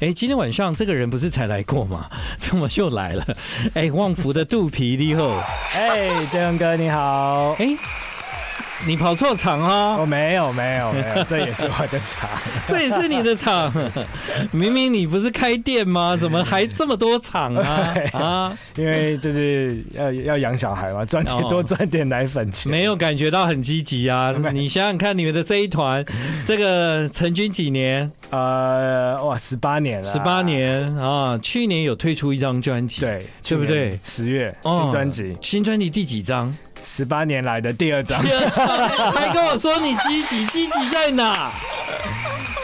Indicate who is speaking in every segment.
Speaker 1: 哎，今天晚上这个人不是才来过吗？ 怎么又来了？哎，旺福的肚皮力后，
Speaker 2: 哎，建勇哥你好。
Speaker 1: 哎，你跑错场啊
Speaker 2: 哦，！没有没有没有，这也是我的茶。
Speaker 1: 这也是你的场，明明你不是开店吗？怎么还这么多场 啊？啊，
Speaker 2: 因为就是要要养小孩嘛，赚点
Speaker 1: 哦
Speaker 2: 多赚点奶粉钱。
Speaker 1: 没有感觉到很积极啊！你想想看，你们的这一团，这个成军几年？
Speaker 2: 呃，哇，十八年了，
Speaker 1: 十八，年啊！去年有推出一张专辑，，
Speaker 2: 对
Speaker 1: 对不对？
Speaker 2: 十月
Speaker 1: 哦
Speaker 2: 新专辑，
Speaker 1: 新专辑第几张？
Speaker 2: 十八年来的第二张，
Speaker 1: 第二张 还跟我说你积极，积极在哪？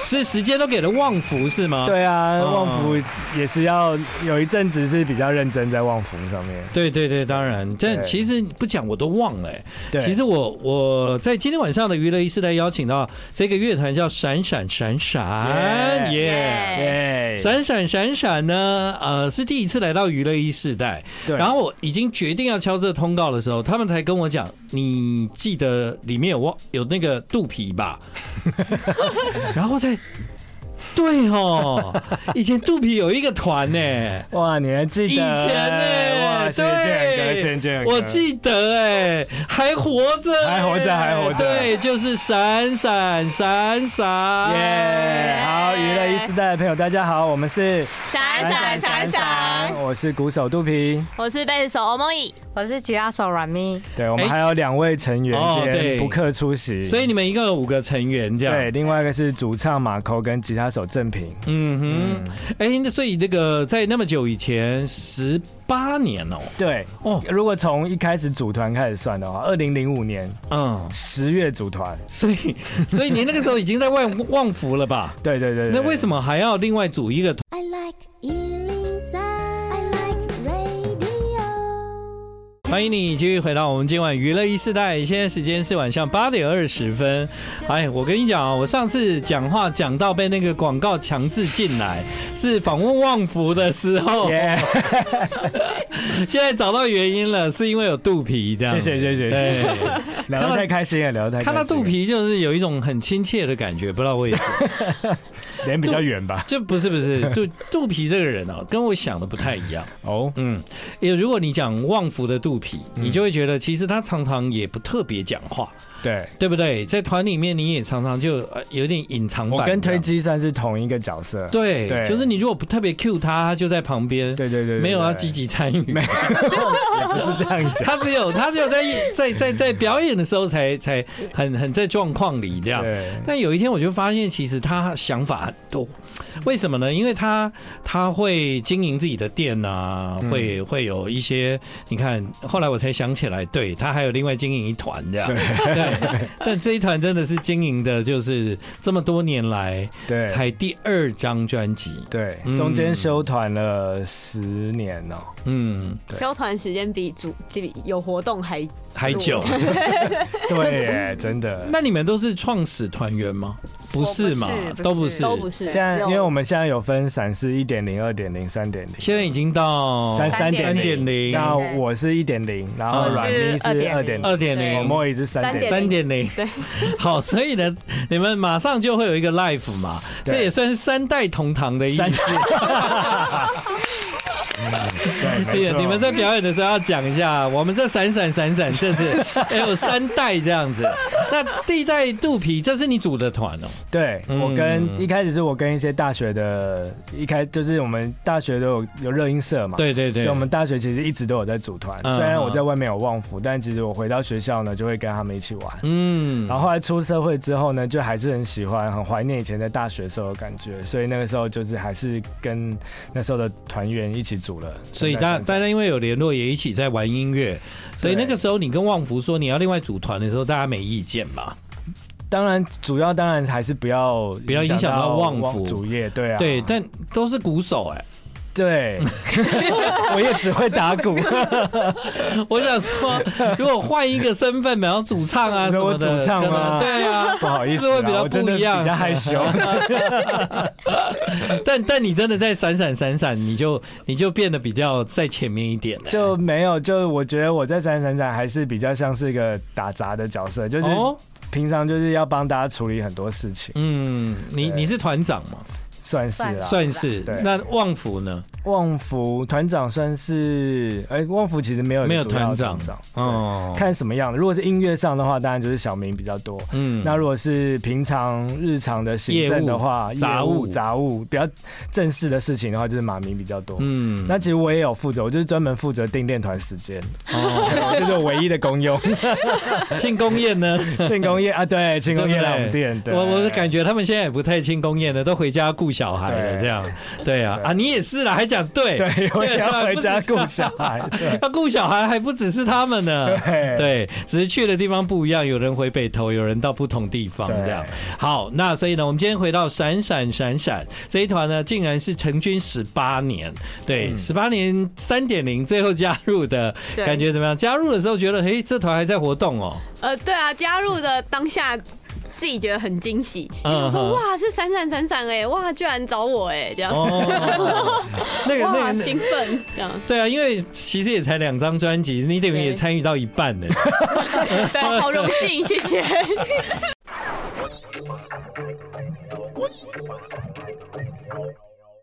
Speaker 1: 是时间都给了旺福是吗？
Speaker 2: 对啊，
Speaker 1: 哦
Speaker 2: 旺福也是要有一阵子是比较认真在旺福上面。
Speaker 1: 对对对，当然，但
Speaker 2: 对
Speaker 1: 其实不讲我都忘了、欸。
Speaker 2: 对，
Speaker 1: 其实我我在今天晚上的娱乐一时代邀请到这个乐团叫闪闪闪闪，
Speaker 2: 耶
Speaker 1: 耶！
Speaker 2: 哎，
Speaker 1: 闪闪闪闪呢，呃，是第一次来到娱乐一世代，
Speaker 2: 对
Speaker 1: 然后我已经决定要敲这个通告的时候，他们才跟我讲，你记得里面有忘有那个肚皮 吧？然后我才对哦，以前肚皮有一个团呢、
Speaker 2: 哇，你还记得？
Speaker 1: 以前呢、
Speaker 2: 哇，谢谢建勇哥，
Speaker 1: 对，
Speaker 2: 谢谢建勇哥，
Speaker 1: 我记得哎、还活着欸、
Speaker 2: 还活着还活着
Speaker 1: 对，就是闪闪闪闪，
Speaker 2: 耶！好，娱乐一时代的朋友，大家好，我们是
Speaker 3: 闪闪闪闪，
Speaker 2: 我是鼓手肚皮，
Speaker 3: 我是贝斯手欧梦怡，我是吉他手阮咪。
Speaker 2: 对我们
Speaker 1: 哎
Speaker 2: 还有两位成员
Speaker 1: 哦
Speaker 2: 今
Speaker 1: 对
Speaker 2: 天不客出席，
Speaker 1: 所以你们一共有五个成员这样，
Speaker 2: 对，另外一个是主唱马扣跟吉他手郑平，
Speaker 1: 嗯哼，哎、那所以那个在那么久以前，十八年哦、
Speaker 2: 对。
Speaker 1: 哦，
Speaker 2: 如果从一开始组团开始算的话，二零零五年
Speaker 1: 嗯，
Speaker 2: 十月组团，
Speaker 1: 所以 所以你那个时候已经在万旺福了吧？
Speaker 2: 对对对对
Speaker 1: 那为什
Speaker 2: 么？
Speaker 1: 么还要另外组一个团？
Speaker 4: I like Ealing Sound. I like radio.
Speaker 1: 欢迎你继续回到我们今晚娱乐一世代，现在时间是晚上八点二十分。哎，我跟你讲啊，我上次讲话讲到被那个广告强制进来，是访问旺福的时候，
Speaker 2: 耶！
Speaker 1: 现在找到原因了，是因为有肚皮这样。
Speaker 2: 谢谢谢谢谢
Speaker 1: 对
Speaker 2: 谢，聊得太开心了，聊得太 开心
Speaker 1: 看到
Speaker 2: 了
Speaker 1: 肚，皮就是有一种很亲切的感觉，不知道为什么。
Speaker 2: 脸比较圆吧？
Speaker 1: 这不是不 是，就肚皮这个人啊，跟我想的不太一样。
Speaker 2: 哦，
Speaker 1: 嗯，也如果你讲旺福的肚皮，
Speaker 2: 嗯
Speaker 1: 你就会觉得其实他常常也不特别讲话，
Speaker 2: 对，
Speaker 1: 对不对？在团里面你也常常就呃有点隐藏版。
Speaker 2: 我跟推。机算是同一个角色，
Speaker 1: 对，
Speaker 2: 对
Speaker 1: 就是你如果不特别 cue 他，他就在旁边，
Speaker 2: 对对对，对
Speaker 1: 没有啊要
Speaker 2: 对
Speaker 1: 积极参与
Speaker 2: 没。也不是这样 讲。
Speaker 1: 他只有他只有在在在在表演的时候才才很很在状况里这样。
Speaker 2: 对，
Speaker 1: 但有一天我就发现，其实他想法很多，为什么呢？因为他他会经营自己的店啊，
Speaker 2: 嗯
Speaker 1: 会会有一些，你看，后来我才想起来，对他还有另外经营一团这样，对，但这一团真的是经营的，就是这么多年来
Speaker 2: 对，
Speaker 1: 才第二张专辑，
Speaker 2: 对
Speaker 1: 嗯，
Speaker 2: 中间休团了十年哦、
Speaker 1: 嗯，
Speaker 2: 对
Speaker 5: 休团时间比主比有活动还
Speaker 1: 还久。
Speaker 2: 对 耶，真的。
Speaker 1: 那你们都是创始团员吗？不是嘛，
Speaker 3: 我不是
Speaker 1: 都
Speaker 3: 不
Speaker 1: 不
Speaker 3: 是
Speaker 1: 是，
Speaker 5: 都不是。
Speaker 2: 现在
Speaker 5: 只有
Speaker 2: 因为我们现在有分散是一点零、二点零、三点零，
Speaker 1: 现在已经到
Speaker 2: 三
Speaker 3: 三
Speaker 2: 点
Speaker 1: 三点零、
Speaker 2: 那我是一点零，然后
Speaker 1: 我是
Speaker 2: 软咪哦是二点
Speaker 1: 二
Speaker 2: 零，
Speaker 1: 点
Speaker 2: 我
Speaker 1: 零，
Speaker 2: 莫伊是三点零。
Speaker 5: 3.0
Speaker 1: 三点零，
Speaker 5: 对，
Speaker 1: 好，所以呢，你们马上就会有一个 life 嘛，
Speaker 2: 对
Speaker 1: 这也算是三代同堂的意思。
Speaker 2: 三 对，没
Speaker 1: 对，
Speaker 2: 错。
Speaker 1: 你们在表演的时候要讲一下，我们这闪闪闪闪，这 是还有三代这样子。那地带肚皮，这是你组的团哦，
Speaker 2: 对
Speaker 1: 嗯
Speaker 2: 我跟一开始是我跟一些大学的，一开就是我们大学都有有热音社嘛，
Speaker 1: 对对
Speaker 2: 所
Speaker 1: 对，
Speaker 2: 以我们大学其实一直都有在组团，
Speaker 1: 嗯
Speaker 2: 虽然我在外面有旺福，但其实我回到学校呢，就会跟他们一起玩。
Speaker 1: 嗯
Speaker 2: 然后后来出社会之后呢，就还是很喜欢，很怀念以前在大学时候的感觉，所以那个时候就是还是跟那时候的团员一起组了。
Speaker 1: 所以大
Speaker 2: 圣诞
Speaker 1: 大
Speaker 2: 山
Speaker 1: 家因为有联络，也一起在玩音乐，所以
Speaker 2: 对
Speaker 1: 那个时候你跟旺福说你要另外组团的时候，大家没意见吧？
Speaker 2: 当然主要当然还是不要不
Speaker 1: 要影响到旺福
Speaker 2: 主业，对啊，
Speaker 1: 对，但都是鼓手哎、
Speaker 2: 对，我也只会打鼓，
Speaker 1: 我想说，如果换一个身份，比方主唱啊什么的，
Speaker 2: 我主唱
Speaker 1: 可能
Speaker 2: 吗
Speaker 1: 对 啊，
Speaker 2: 不好意
Speaker 1: 是
Speaker 2: 思
Speaker 1: 会
Speaker 2: 啦，
Speaker 1: 比较
Speaker 2: 我真
Speaker 1: 不
Speaker 2: 的
Speaker 1: 一样，
Speaker 2: 比较害羞。。
Speaker 1: 但但你真的在闪闪闪闪，你就你就变得比较在前面一点了。
Speaker 2: 就没有，就我觉得我在闪闪闪还是比较像是一个打杂的角色，就是
Speaker 1: 哦，
Speaker 2: 平常就是要帮大家处理很多事情。
Speaker 1: 嗯，你
Speaker 2: 对
Speaker 1: 你是团长嘛？
Speaker 2: 算是啦。
Speaker 1: 算是
Speaker 2: 对。
Speaker 1: 那旺福呢？
Speaker 2: 旺福团长算是，哎、旺福其实没有
Speaker 1: 没有
Speaker 2: 主要
Speaker 1: 团
Speaker 2: 团
Speaker 1: 长
Speaker 2: 长，哦，
Speaker 1: 哦，
Speaker 2: 看什么样的。如果是音乐上的话，当然就是小明比较多。
Speaker 1: 嗯
Speaker 2: 那如果是平常日常的行政的话，
Speaker 1: 业务杂
Speaker 2: 业
Speaker 1: 务
Speaker 2: 务杂务比较正式的事情的话，就是马明比较多。
Speaker 1: 嗯
Speaker 2: 那其实我也有负责，我就是专门负责订练团时间， 我就是我唯一的功用。
Speaker 1: 哦庆功宴呢？
Speaker 2: 庆功宴啊，对，庆功宴来我们
Speaker 1: 对
Speaker 2: 店，对，
Speaker 1: 我我是感觉他们现在也不太庆功宴了，都回家顾小孩了，
Speaker 2: 对
Speaker 1: 这样。对啊，
Speaker 2: 对
Speaker 1: 啊，你也是啦，还讲对，
Speaker 2: 对，我也
Speaker 1: 对
Speaker 2: 要回
Speaker 1: 不止
Speaker 2: 家顾小孩，对
Speaker 1: 要顾小孩还不只是他们呢。
Speaker 2: 对
Speaker 1: 对，只是去的地方不一样，有人回北投，有人到不同地方这样
Speaker 2: 对。
Speaker 1: 好，那所以呢，我们今天回到闪闪闪闪这一团呢，竟然是成军十八年，对，
Speaker 2: 嗯
Speaker 1: 十八年三点零最后加入的，
Speaker 5: 对
Speaker 1: 感觉怎么样？加入的时候觉得，嘿，这团还在活动哦，
Speaker 5: 呃，对啊，加入的当下自己觉得很惊喜，
Speaker 1: 嗯嗯
Speaker 5: 想说哇是闪闪闪闪哎，哇居然找我哎、这样，
Speaker 1: 哦，那个
Speaker 5: 哇
Speaker 1: 那个。
Speaker 5: 兴奋这样，
Speaker 1: 对啊，因为其实也才两张专辑，你等于也
Speaker 5: 对
Speaker 1: 参与到一半呢。
Speaker 5: 对，啊好荣幸，谢谢。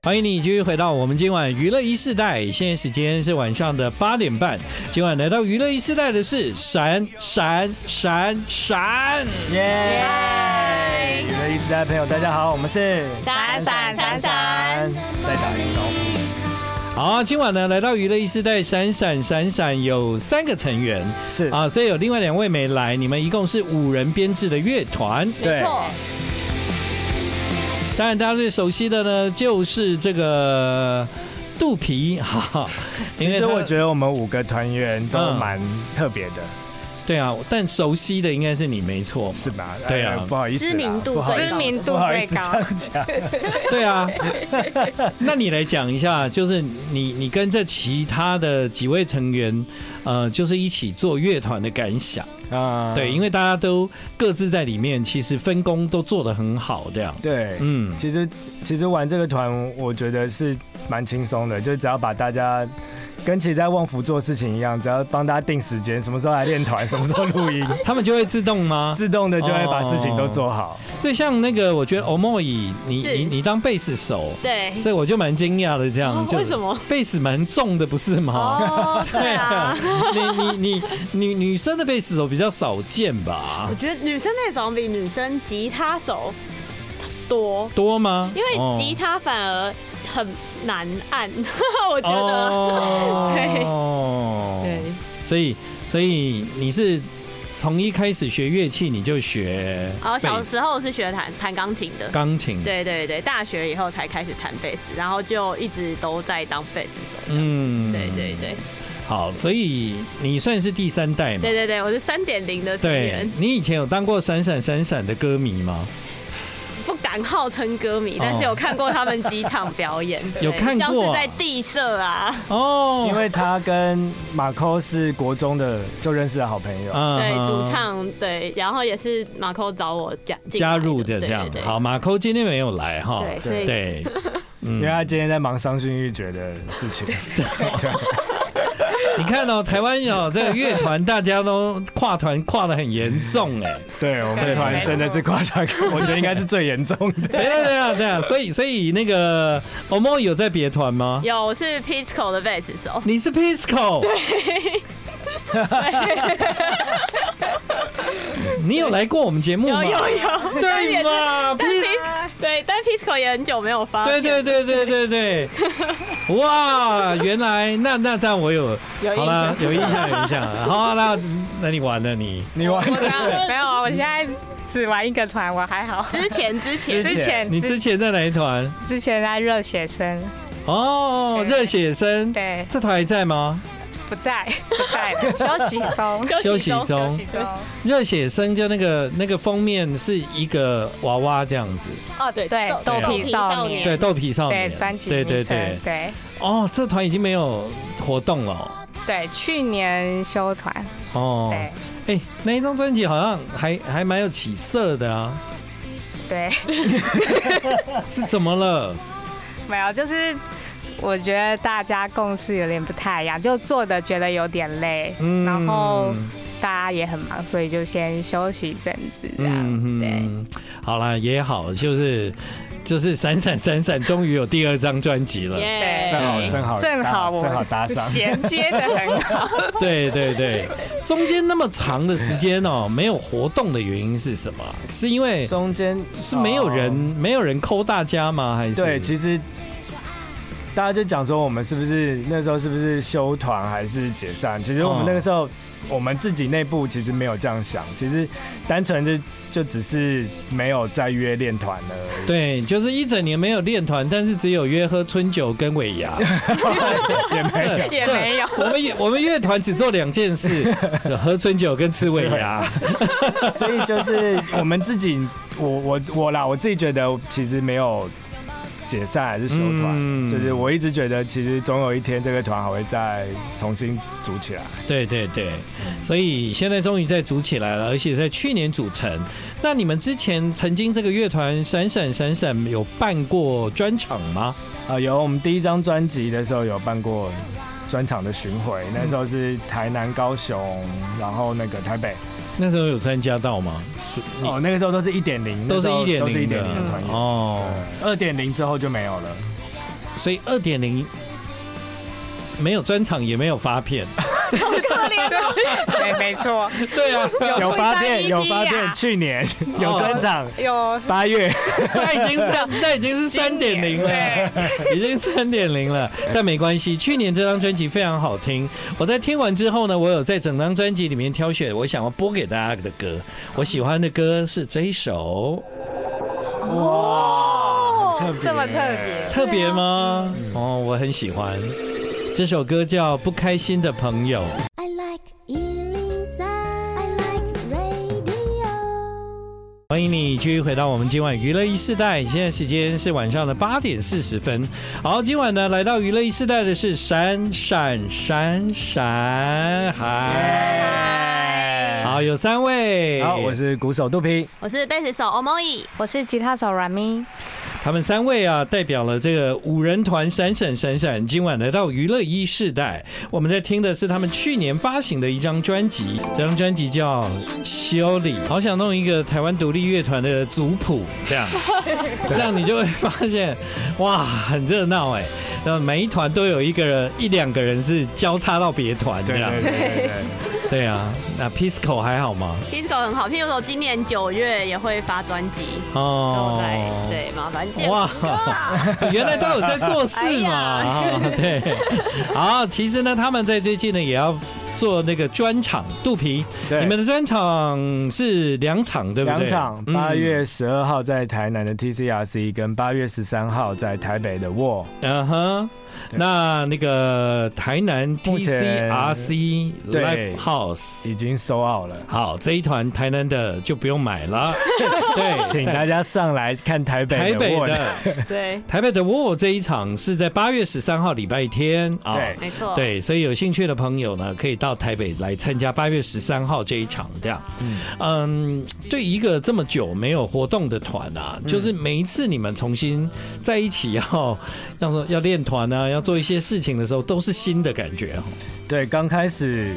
Speaker 1: 欢迎你继续回到我们今晚娱乐一世代，现在时间是晚上的八点半。今晚来到娱乐一世代的是闪闪闪闪。
Speaker 2: 耶！
Speaker 5: 嗨
Speaker 2: 你的意思在朋友，大家好，我们是
Speaker 5: 闪闪闪闪
Speaker 2: 再打一刀。
Speaker 1: 好，今晚呢来到娱乐一世代，闪闪闪闪有三个成员
Speaker 2: 是
Speaker 1: 啊，所以有另外两位没来，你们一共是五人编制的乐团。
Speaker 2: 对
Speaker 5: 没错，
Speaker 1: 当然，大家最熟悉的呢就是这个肚皮，哈哈，因
Speaker 2: 其
Speaker 1: 为他
Speaker 2: 实我觉得我们五个团员都
Speaker 1: 嗯
Speaker 2: 蛮特别的，
Speaker 1: 对啊，但熟悉的应该是你没错嘛，
Speaker 2: 是吧？
Speaker 1: 对啊
Speaker 2: 哎不好意思啦，
Speaker 5: 知名度
Speaker 2: 不好意思
Speaker 5: 最高知
Speaker 3: 名度
Speaker 2: 不好意思
Speaker 3: 最高
Speaker 2: 这样讲，
Speaker 1: 对啊， 那你来讲一下，就是你你跟这其他的几位成员，呃，就是一起做乐团的感想。
Speaker 2: 啊
Speaker 1: 对，因为大家都各自在里面，其实分工都做得很好，这样。
Speaker 2: 对，
Speaker 1: 嗯，
Speaker 2: 其实其实玩这个团，我觉得是蛮轻松的，就只要把大家。跟其实在旺福做事情一样，只要帮大家定时间，什么时候来练团，什么时候录 音，
Speaker 1: 他们就会自动吗？
Speaker 2: 自动的就会把事情都做好。
Speaker 1: 对，像那个，我觉得欧莫伊，你
Speaker 5: 是
Speaker 1: 你你当贝斯手，
Speaker 5: 对，
Speaker 1: 这我就蛮惊讶的，这样。
Speaker 5: 哦
Speaker 1: 就
Speaker 5: 为什么？
Speaker 1: 贝斯蛮重的，不是吗？
Speaker 5: 哦，对啊。，
Speaker 1: 你你你女女生的贝斯手比较少见吧
Speaker 5: 我？觉得女生那种比女生吉他手多，
Speaker 1: 多吗？
Speaker 5: 因为
Speaker 1: 哦
Speaker 5: 吉他反而很难按， 我觉得。
Speaker 1: 哦，
Speaker 5: 对，
Speaker 1: 所以所以你是从一开始学乐器你就学，
Speaker 5: 然后哦小时候是学弹弹钢琴的，
Speaker 1: 钢琴，，
Speaker 5: 对对对，大学以后才开始弹贝斯，然后就一直都在当贝斯手。
Speaker 1: 嗯
Speaker 5: 嗯，对对，对
Speaker 1: 好，所以你算是第三代嘛
Speaker 5: 对。对对，我是三点零的成
Speaker 1: 对
Speaker 5: 员，
Speaker 1: 你以前有当过闪闪闪闪的歌迷吗？
Speaker 5: 不敢号称歌迷，但是有看过他们几场 表演，对
Speaker 1: 哦有看过
Speaker 5: 像是在地社啊，
Speaker 1: 哦
Speaker 2: 因为他跟马扣是国中的就认识的好朋友，
Speaker 1: 嗯
Speaker 5: 对，主唱对，然后也是马扣找我加进来
Speaker 1: 加入的这样。
Speaker 5: 对对对
Speaker 1: 好，马扣今天没有来哈，
Speaker 5: 对，所以
Speaker 1: 对，嗯
Speaker 2: 因为他今天在忙伤心欲绝的 事情。
Speaker 1: 你看哦，台湾哦，这个乐团大家都跨团跨的很严重哎。
Speaker 2: 对我们的团真的是夸张，我觉得应该是最严重的。
Speaker 1: 对啊对啊对啊，所以所以那个欧梦有在别团吗？
Speaker 5: 有我是 Pisco 的贝斯手，
Speaker 1: 你是 Pisco，你有来过我们节目吗？
Speaker 5: 有
Speaker 1: 对嘛？Pis
Speaker 5: 但 Pis 对，但 Pisco 也很久没有发，
Speaker 1: 对对对对对对，哇，原来那那这样我有好
Speaker 5: 有印
Speaker 1: 啦
Speaker 5: 象，。
Speaker 1: 有印象有印 象，好啊那那你完了你
Speaker 2: 你玩
Speaker 3: 我刚 没有啊，我现在只玩一个团，我还 好。
Speaker 5: 之前之
Speaker 2: 之
Speaker 5: 前
Speaker 3: 之
Speaker 2: 前
Speaker 3: 前
Speaker 1: 你之前在哪一团？
Speaker 3: 之前在热血生，
Speaker 1: 哦，热血生，
Speaker 3: 对，
Speaker 1: 这团还在吗？
Speaker 3: 不在不在了， 休息中，
Speaker 1: 休息中
Speaker 3: 休息中。
Speaker 1: 热血生就那个那个封面是一个娃娃这样子，
Speaker 5: 哦对
Speaker 3: 对
Speaker 5: 豆
Speaker 1: 豆
Speaker 3: 皮少年
Speaker 1: 对，豆皮少
Speaker 3: 嗯对
Speaker 1: 年，
Speaker 3: 专辑
Speaker 1: 对
Speaker 3: 名
Speaker 1: 对
Speaker 3: 称
Speaker 1: 对，
Speaker 3: 对
Speaker 1: 哦，这团已经没有活动了哦。
Speaker 3: 对，去年修团，
Speaker 1: 哦，
Speaker 3: 对
Speaker 1: 哎，那一张专辑好像还还蛮有起色的啊，
Speaker 3: 对，
Speaker 1: 是怎么了？
Speaker 3: 没有，就是我觉得大家共识有点不太一样，就做的觉得有点累，
Speaker 1: 嗯
Speaker 3: 然后大家也很忙，所以
Speaker 1: 嗯
Speaker 3: 就先休息一阵子这样。对，
Speaker 1: 嗯，好啦，也好，就是就是闪闪闪闪，终于有第二张专辑了。
Speaker 5: 耶
Speaker 2: 正好正好
Speaker 3: 正好
Speaker 2: 搭
Speaker 3: 我
Speaker 2: 正好搭上，
Speaker 3: 衔接的很 好。
Speaker 1: 对对对，中间那么长的时间哦，没有活动的原因是什么？是因为
Speaker 2: 中间
Speaker 1: 是没有人、
Speaker 2: 哦
Speaker 1: 没有人抠大家吗？还是
Speaker 2: 对，其实大家就讲说我们是不是那时候是不是休团还是解散？其实我们
Speaker 1: 哦
Speaker 2: 那个时候、我们自己内部其实没有这样想，其实单纯就就只是没有再约练团了而已。
Speaker 1: 对，就是一整年没有练团，但是只有约喝春酒跟尾牙，
Speaker 2: 也 没有。
Speaker 3: 也没有
Speaker 1: 我们也我们乐团只做两件 事：喝春酒跟吃尾牙。
Speaker 2: 啊所以就是我们自己，我我我啦，我自己觉得其实没有解散还是休团，
Speaker 1: 嗯
Speaker 2: 就是我一直觉得其实总有一天这个团还会再重新组起来。
Speaker 1: 对对对，所以现在终于在组起来了，而且在去年组成。那你们之前曾经这个乐团闪闪闪闪有办过专场吗？
Speaker 2: 啊、有我们第一张专辑的时候有办过专场的巡回，那时候是台南、高雄，然后那个台北。
Speaker 1: 那时候有参加到吗？你
Speaker 2: 哦，那个时候都是一点零，
Speaker 1: 都
Speaker 2: 那
Speaker 1: 是
Speaker 2: 时候
Speaker 1: 一点
Speaker 2: 都是一
Speaker 1: 零
Speaker 2: 点
Speaker 1: 的
Speaker 2: 零的团员。
Speaker 1: 哦，
Speaker 2: 二点零之后就没有了，
Speaker 1: 所以二点零没有专场，也没有发 片。
Speaker 3: 可怜的，没没错，
Speaker 1: 对啊，
Speaker 2: 有发电，
Speaker 5: 一
Speaker 2: 有
Speaker 5: 批
Speaker 2: 发
Speaker 5: 呀
Speaker 3: 啊
Speaker 2: 电，去
Speaker 1: 哦
Speaker 2: 年有专场，
Speaker 3: 有
Speaker 2: 八月。
Speaker 1: 那已经是那已经是三
Speaker 3: 经
Speaker 1: 点零
Speaker 3: 典
Speaker 1: 了。
Speaker 3: 对
Speaker 1: 已经三点零了，但没关系。去年这张专辑非常好听，我在听完之后呢，我有在整张专辑里面挑选我想要播给大家的歌。我喜欢的歌是这一首，
Speaker 2: 特别
Speaker 3: 哦这么特别，
Speaker 1: 特别吗？哦，我很喜欢。这首歌叫《不开心的朋友》。
Speaker 4: I like Ealing Sound. I like radio.
Speaker 1: 欢迎你继续回到我们今晚娱乐一世代，现在时间是晚上的八点四十分。好，今晚呢来到娱乐一世代的是闪闪闪闪，嗨，好，有三位，
Speaker 2: 好，我是鼓手杜平。
Speaker 5: 我是贝斯手欧梦怡，
Speaker 3: 我是吉他手阮咪，
Speaker 1: 他们三位啊，代表了这个五人团闪闪闪闪，今晚来到娱乐一世代。我们在听的是他们去年发行的一张专辑，这张专辑叫《修理》。好想弄一个台湾独立乐团的族谱，这 样，这样你就会发现，哇，很热闹哎。那每一团都有一个人，一两个人是交叉到别团这
Speaker 2: 对
Speaker 1: 样
Speaker 2: 对。对对对。
Speaker 1: 对啊，那 Pisco 还好吗？
Speaker 5: Disco 很好。譬如说，今年九月也会发专辑，
Speaker 1: 哦
Speaker 5: 哦，对对，麻烦见。
Speaker 1: 哇
Speaker 5: 哇，
Speaker 1: 原来都有在做事嘛，啊 对。好，其实呢，他们在最近呢也要做那个专场肚皮。
Speaker 2: 对
Speaker 1: 你们的专场是两场，对不对？
Speaker 2: 两场，
Speaker 1: 嗯
Speaker 2: 八月十二号在台南的 TCRC，跟八月十三号在台北的 WAR。
Speaker 1: 嗯哼。
Speaker 2: 对
Speaker 1: 那那个台南
Speaker 2: 目前
Speaker 1: TCRC
Speaker 2: 对
Speaker 1: Live House，
Speaker 2: 已经收 out 了，
Speaker 1: 好，这一团台南的就不用买 了。对，
Speaker 2: 请大家上来看台北
Speaker 1: 台
Speaker 2: 的
Speaker 1: 北
Speaker 2: WAR
Speaker 1: 的
Speaker 5: 对，
Speaker 1: 台北的 War 这一场是在八月十三号礼拜天啊。
Speaker 2: 对
Speaker 5: 没错，，
Speaker 1: 对，所以有兴趣的朋友呢，可以到台北来参加八月十三号这一场。这样，嗯，对一个这么久没有活动的团啊，就是每一次你们重新在一起要要说要练团啊，要做一些事情的时候，都是新的感觉哦。
Speaker 2: 对，刚开始。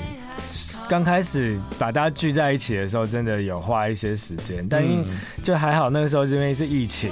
Speaker 2: 刚开始把大家聚在一起的时候，真的有花一些时间，但
Speaker 1: 嗯
Speaker 2: 因就还好，那个时候是因为是疫情，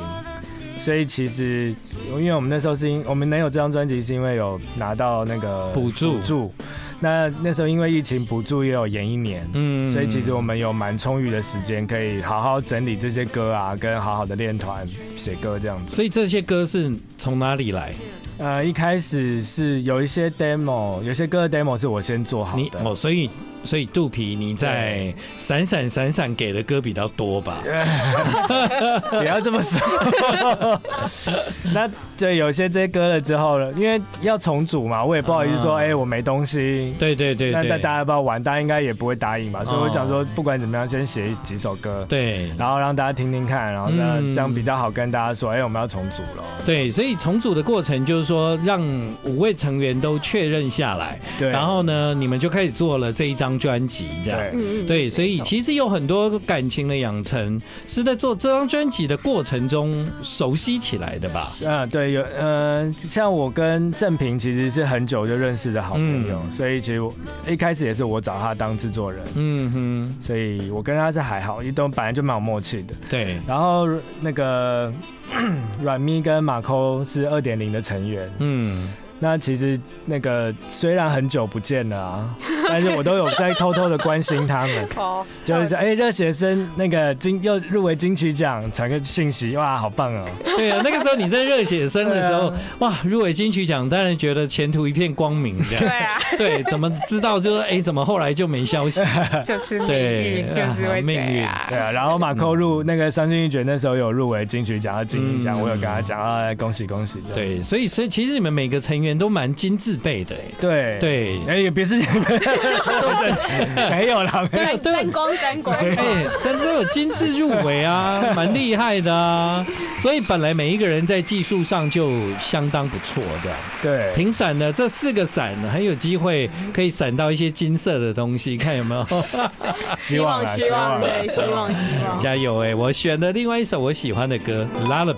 Speaker 2: 所以其实因为我们那时候是因我们能有这张专辑，是因为有拿到那个
Speaker 1: 补助
Speaker 2: 助。那那时候因为疫情补助也有延一年，
Speaker 1: 嗯
Speaker 2: 所以其实我们有蛮充裕的时间，可以好好整理这些歌啊，跟好好的练团写歌这样子。
Speaker 1: 嗯所以这些歌是从哪里来？
Speaker 2: 呃，一开始是有一些 demo，有些歌的 demo 是我先做好
Speaker 1: 你
Speaker 2: 的。
Speaker 1: 哦，所以所以肚皮你在闪闪闪闪给的歌比较多吧？
Speaker 2: 呃不要这么 说。那对有些这些歌了之后了，因为要重组嘛，我也不好意思说，
Speaker 1: 啊
Speaker 2: 哎、我没东西。
Speaker 1: 对对对
Speaker 2: 那
Speaker 1: 对，啊
Speaker 2: 大家要不要玩？大家应该也不会答应嘛，所以我想说，不管怎么样，先写几首歌，
Speaker 1: 对。
Speaker 2: 然后让大家听听看，然后呢，
Speaker 1: 嗯
Speaker 2: 这样比较好跟大家说，哎、我们要重组了。
Speaker 1: 对，所以重组的过程就是说，让五位成员都确认下来，
Speaker 2: 对，
Speaker 1: 然后呢，你们就开始做了这一张专辑，这样。
Speaker 2: 对，
Speaker 5: 嗯嗯，
Speaker 1: 对，所以其实有很多感情的养成是在做这张专辑的过程中熟悉起来的吧？
Speaker 2: 啊嗯，对，有，呃，像我跟郑平其实是很久就认识的好朋友，所以其实我一开始也是我找他当制作人，
Speaker 1: 嗯哼，
Speaker 2: 所以我跟他是还好，一都本来就蛮有默契的。
Speaker 1: 对，
Speaker 2: 然后那个 软咪跟马抠是二点零的成员，
Speaker 1: 嗯，
Speaker 2: 那其实那个虽然很久不见了啊，但是我都有在偷偷的关心他们，
Speaker 3: 哦，
Speaker 2: 就是说，哎、热血生那个金又入围金曲奖，传个讯息，哇，好棒哦！
Speaker 1: 对啊，那个时候你在热血生的 时候，哇，入围金曲奖，当然觉得前途一片光明这
Speaker 3: 对
Speaker 1: 样。
Speaker 3: 啊，
Speaker 1: 对，怎么知道就是哎、怎么后来就没消息？
Speaker 3: 就是命
Speaker 1: 对
Speaker 3: 运，就是会
Speaker 1: 命
Speaker 3: 这
Speaker 1: 运
Speaker 3: 样。
Speaker 2: 对啊，然后马扣入那个伤心欲绝那时候有入围金曲奖和金鹰奖，
Speaker 1: 嗯
Speaker 2: 我有跟他讲啊，恭喜恭喜，这样
Speaker 1: 对，所以所以其实你们每个成员都蛮金字辈的、哎，
Speaker 2: 对
Speaker 1: 对
Speaker 2: 哎、也别是 没有啦，没
Speaker 1: 对
Speaker 2: 有
Speaker 1: 啊对啊
Speaker 5: 沾光 沾光，
Speaker 1: 哎、真的有金字入围啊，蛮厉害的啊。所以本来每一个人在技术上就相当不错的。
Speaker 2: 对。
Speaker 1: 平闪呢，这四个闪呢很有机会可以闪到一些金色的东西，看有没 有？
Speaker 2: 希望啦
Speaker 5: 希望
Speaker 2: 希望啦
Speaker 5: 对，希望希望。
Speaker 1: 加油哎、我选的另外一首我喜欢的歌《Lullaby》。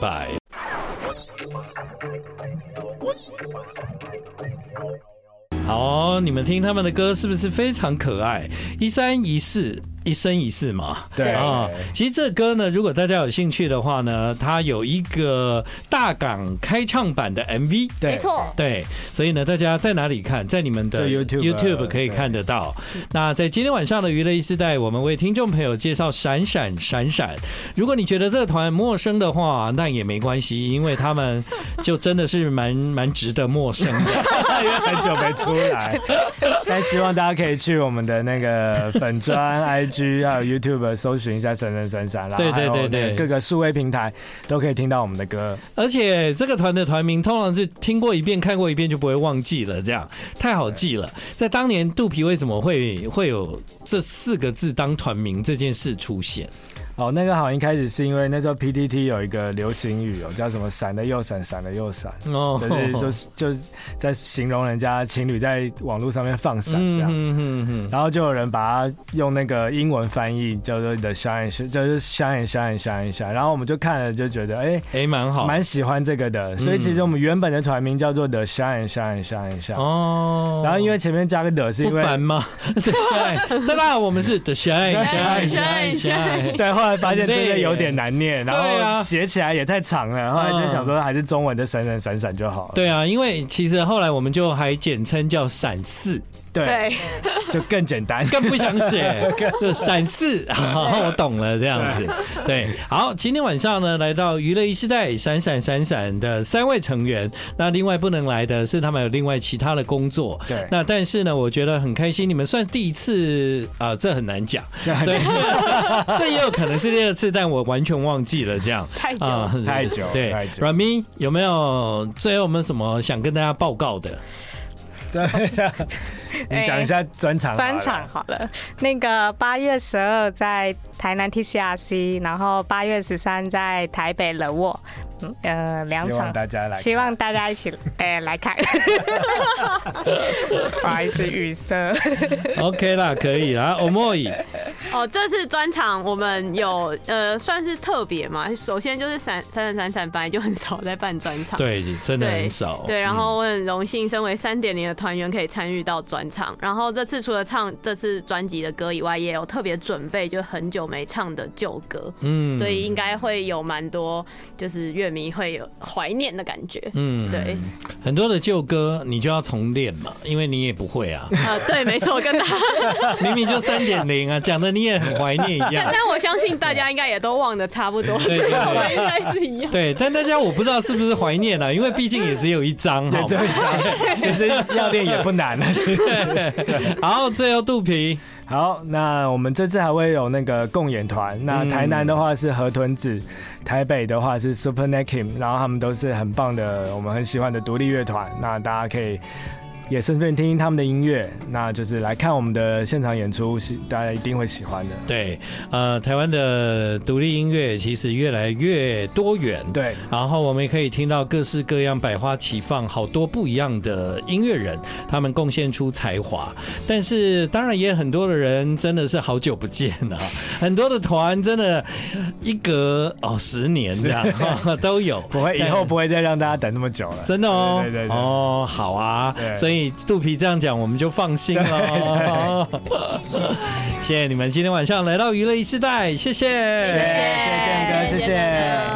Speaker 1: 好哦、你们听他们的歌是不是非常可爱？一三一四，一生一世嘛。
Speaker 2: 对
Speaker 1: 啊、其实这歌呢，如果大家有兴趣的话呢，它有一个大港开唱版的 MV。
Speaker 2: 对，
Speaker 5: 没错，
Speaker 1: 对，所以呢，大家在哪里看？在你们的
Speaker 2: 在 YouTube 啊
Speaker 1: YouTube 可以看得到。那在今天晚上的娱乐一时代，我们为听众朋友介绍《闪闪闪闪》。如果你觉得这个团陌生的话，那也没关系，因为他们就真的是蛮蛮值得陌生的。
Speaker 2: 因为很久没出来，但希望大家可以去我们的那个粉砖、IG 还有 YouTube 搜寻一下《神神闪闪》啦，
Speaker 1: 对对
Speaker 2: 还有
Speaker 1: 对对
Speaker 2: 那个各个数位平台都可以听到我们的歌。
Speaker 1: 而且这个团的团名通常是听过一遍、看过一遍就不会忘记了，这样太好记了。在当年，肚皮为什么会会有这四个字当团名这件事出 现？
Speaker 2: 哦，那个好像一开始是因为那时候 PTT 有一个流行语哦，叫什么“闪的又闪，闪的又闪”，
Speaker 1: 哦
Speaker 2: 就是就是就是在形容人家情侣在网络上面放闪这样。
Speaker 1: 嗯嗯嗯
Speaker 2: 然后就有人把它用那个英文翻译叫做 “the shine shine”，就是 “shine shine shine shine”。然后我们就看了就觉得，哎、
Speaker 1: 哎，蛮好，嗯
Speaker 2: 蛮喜欢这个的。所以其实我们原本的团名叫做 The Shine Shine Shine Shine，
Speaker 1: 哦。
Speaker 2: 然后因为前面加个 The 是
Speaker 1: 不
Speaker 2: 因为
Speaker 1: 烦 吗？ 对，大家好，我们是 The Shine Shine Shine Shine。
Speaker 2: 对，后来发现这个有点难念，然
Speaker 1: 对啊
Speaker 2: 后写起来也太长了，后来就想说还是中文的闪闪闪闪就好了。
Speaker 1: 对啊，因为其实后来我们就还简称叫闪四，
Speaker 2: 对，
Speaker 5: 对，
Speaker 2: 就更 简单。
Speaker 1: 更不想写，就闪四。好，我懂了，这样子。对，好，今天晚上呢，来到娱乐一时代闪闪闪闪的三位成员，那另外不能来的是他们有另外其他的工作。
Speaker 2: 对，
Speaker 1: 那但是呢，我觉得很开心，你们算第一次啊、这很难讲。
Speaker 2: 这样
Speaker 1: 对， 这也有可能是第二次，但我完全忘记了这样。
Speaker 5: 太久
Speaker 1: 啊
Speaker 5: 了。，
Speaker 2: 太久
Speaker 1: 对
Speaker 2: 太久
Speaker 1: 阮咪有没有最后有没有什么想跟大家报告的？
Speaker 2: 你讲一下专场好了。
Speaker 3: 哎专场好了，那个八月十二在台南 TCRC，然后八月十三在台北冷沃，嗯呃，两
Speaker 2: 希
Speaker 3: 场
Speaker 2: 望。大家来。
Speaker 3: 希望大家一起，哎、来看。 不好意思，语塞。
Speaker 1: OK 啦，可以啦。o m o
Speaker 5: 哦，这次专场我们有呃，算是特别嘛。首先就是闪闪闪闪闪，本来就很少在办专场。
Speaker 1: 对，真的
Speaker 5: 对
Speaker 1: 很少。
Speaker 5: 对，然后我很荣幸，身为三点零的团员可以参与到专场。然后这次除了唱这次专辑的歌以外，也有特别准备，就很久没唱的旧歌，
Speaker 1: 嗯
Speaker 5: 所以应该会有蛮多就是乐迷会有怀念的感觉。
Speaker 1: 嗯
Speaker 5: 对，
Speaker 1: 很多的旧歌你就要重练嘛，因为你也不会 啊，
Speaker 5: 啊、对，没错，跟大家，
Speaker 1: 明明就三点零啊，讲的你也很怀念一样
Speaker 5: 但。 但我相信大家应该也都忘得差不多，
Speaker 1: 对对
Speaker 5: 所以
Speaker 1: 对
Speaker 5: 我们应该是一样。
Speaker 1: 对，但大家我不知道是不是怀念了、啊因为毕竟也只有一 张，好
Speaker 2: 也这
Speaker 1: 吗？
Speaker 2: 样， 其实要练也不难了。其实
Speaker 1: 好，最后肚皮，
Speaker 2: 好，那我们这次还会有那个共演团。
Speaker 1: 嗯
Speaker 2: 那台南的话是河豚子，台北的话是 Super Nakim，然后他们都是很棒的，我们很喜欢的独立乐团。那大家可以也顺便听听他们的音乐，那就是来看我们的现场演出，是大家一定会喜欢的。
Speaker 1: 对，呃，台湾的独立音乐其实越来越多元，
Speaker 2: 对，
Speaker 1: 然后我们也可以听到各式各样、百花齐放，好多不一样的音乐人，他们贡献出才华。但是，当然也很多的人真的是好久不见啊，很多的团真的一隔哦十年这样 都有。
Speaker 2: 不会以后不会再让大家等那么久了。
Speaker 1: 真的哦，
Speaker 2: 对对对对
Speaker 1: 哦，好啊，
Speaker 2: 对
Speaker 1: 所以以肚皮这样讲，我们就放心了。 谢谢你们今天晚上来到娱乐一世代，谢谢
Speaker 5: 谢
Speaker 2: 谢
Speaker 5: 谢
Speaker 2: 谢建哥谢谢
Speaker 5: 建哥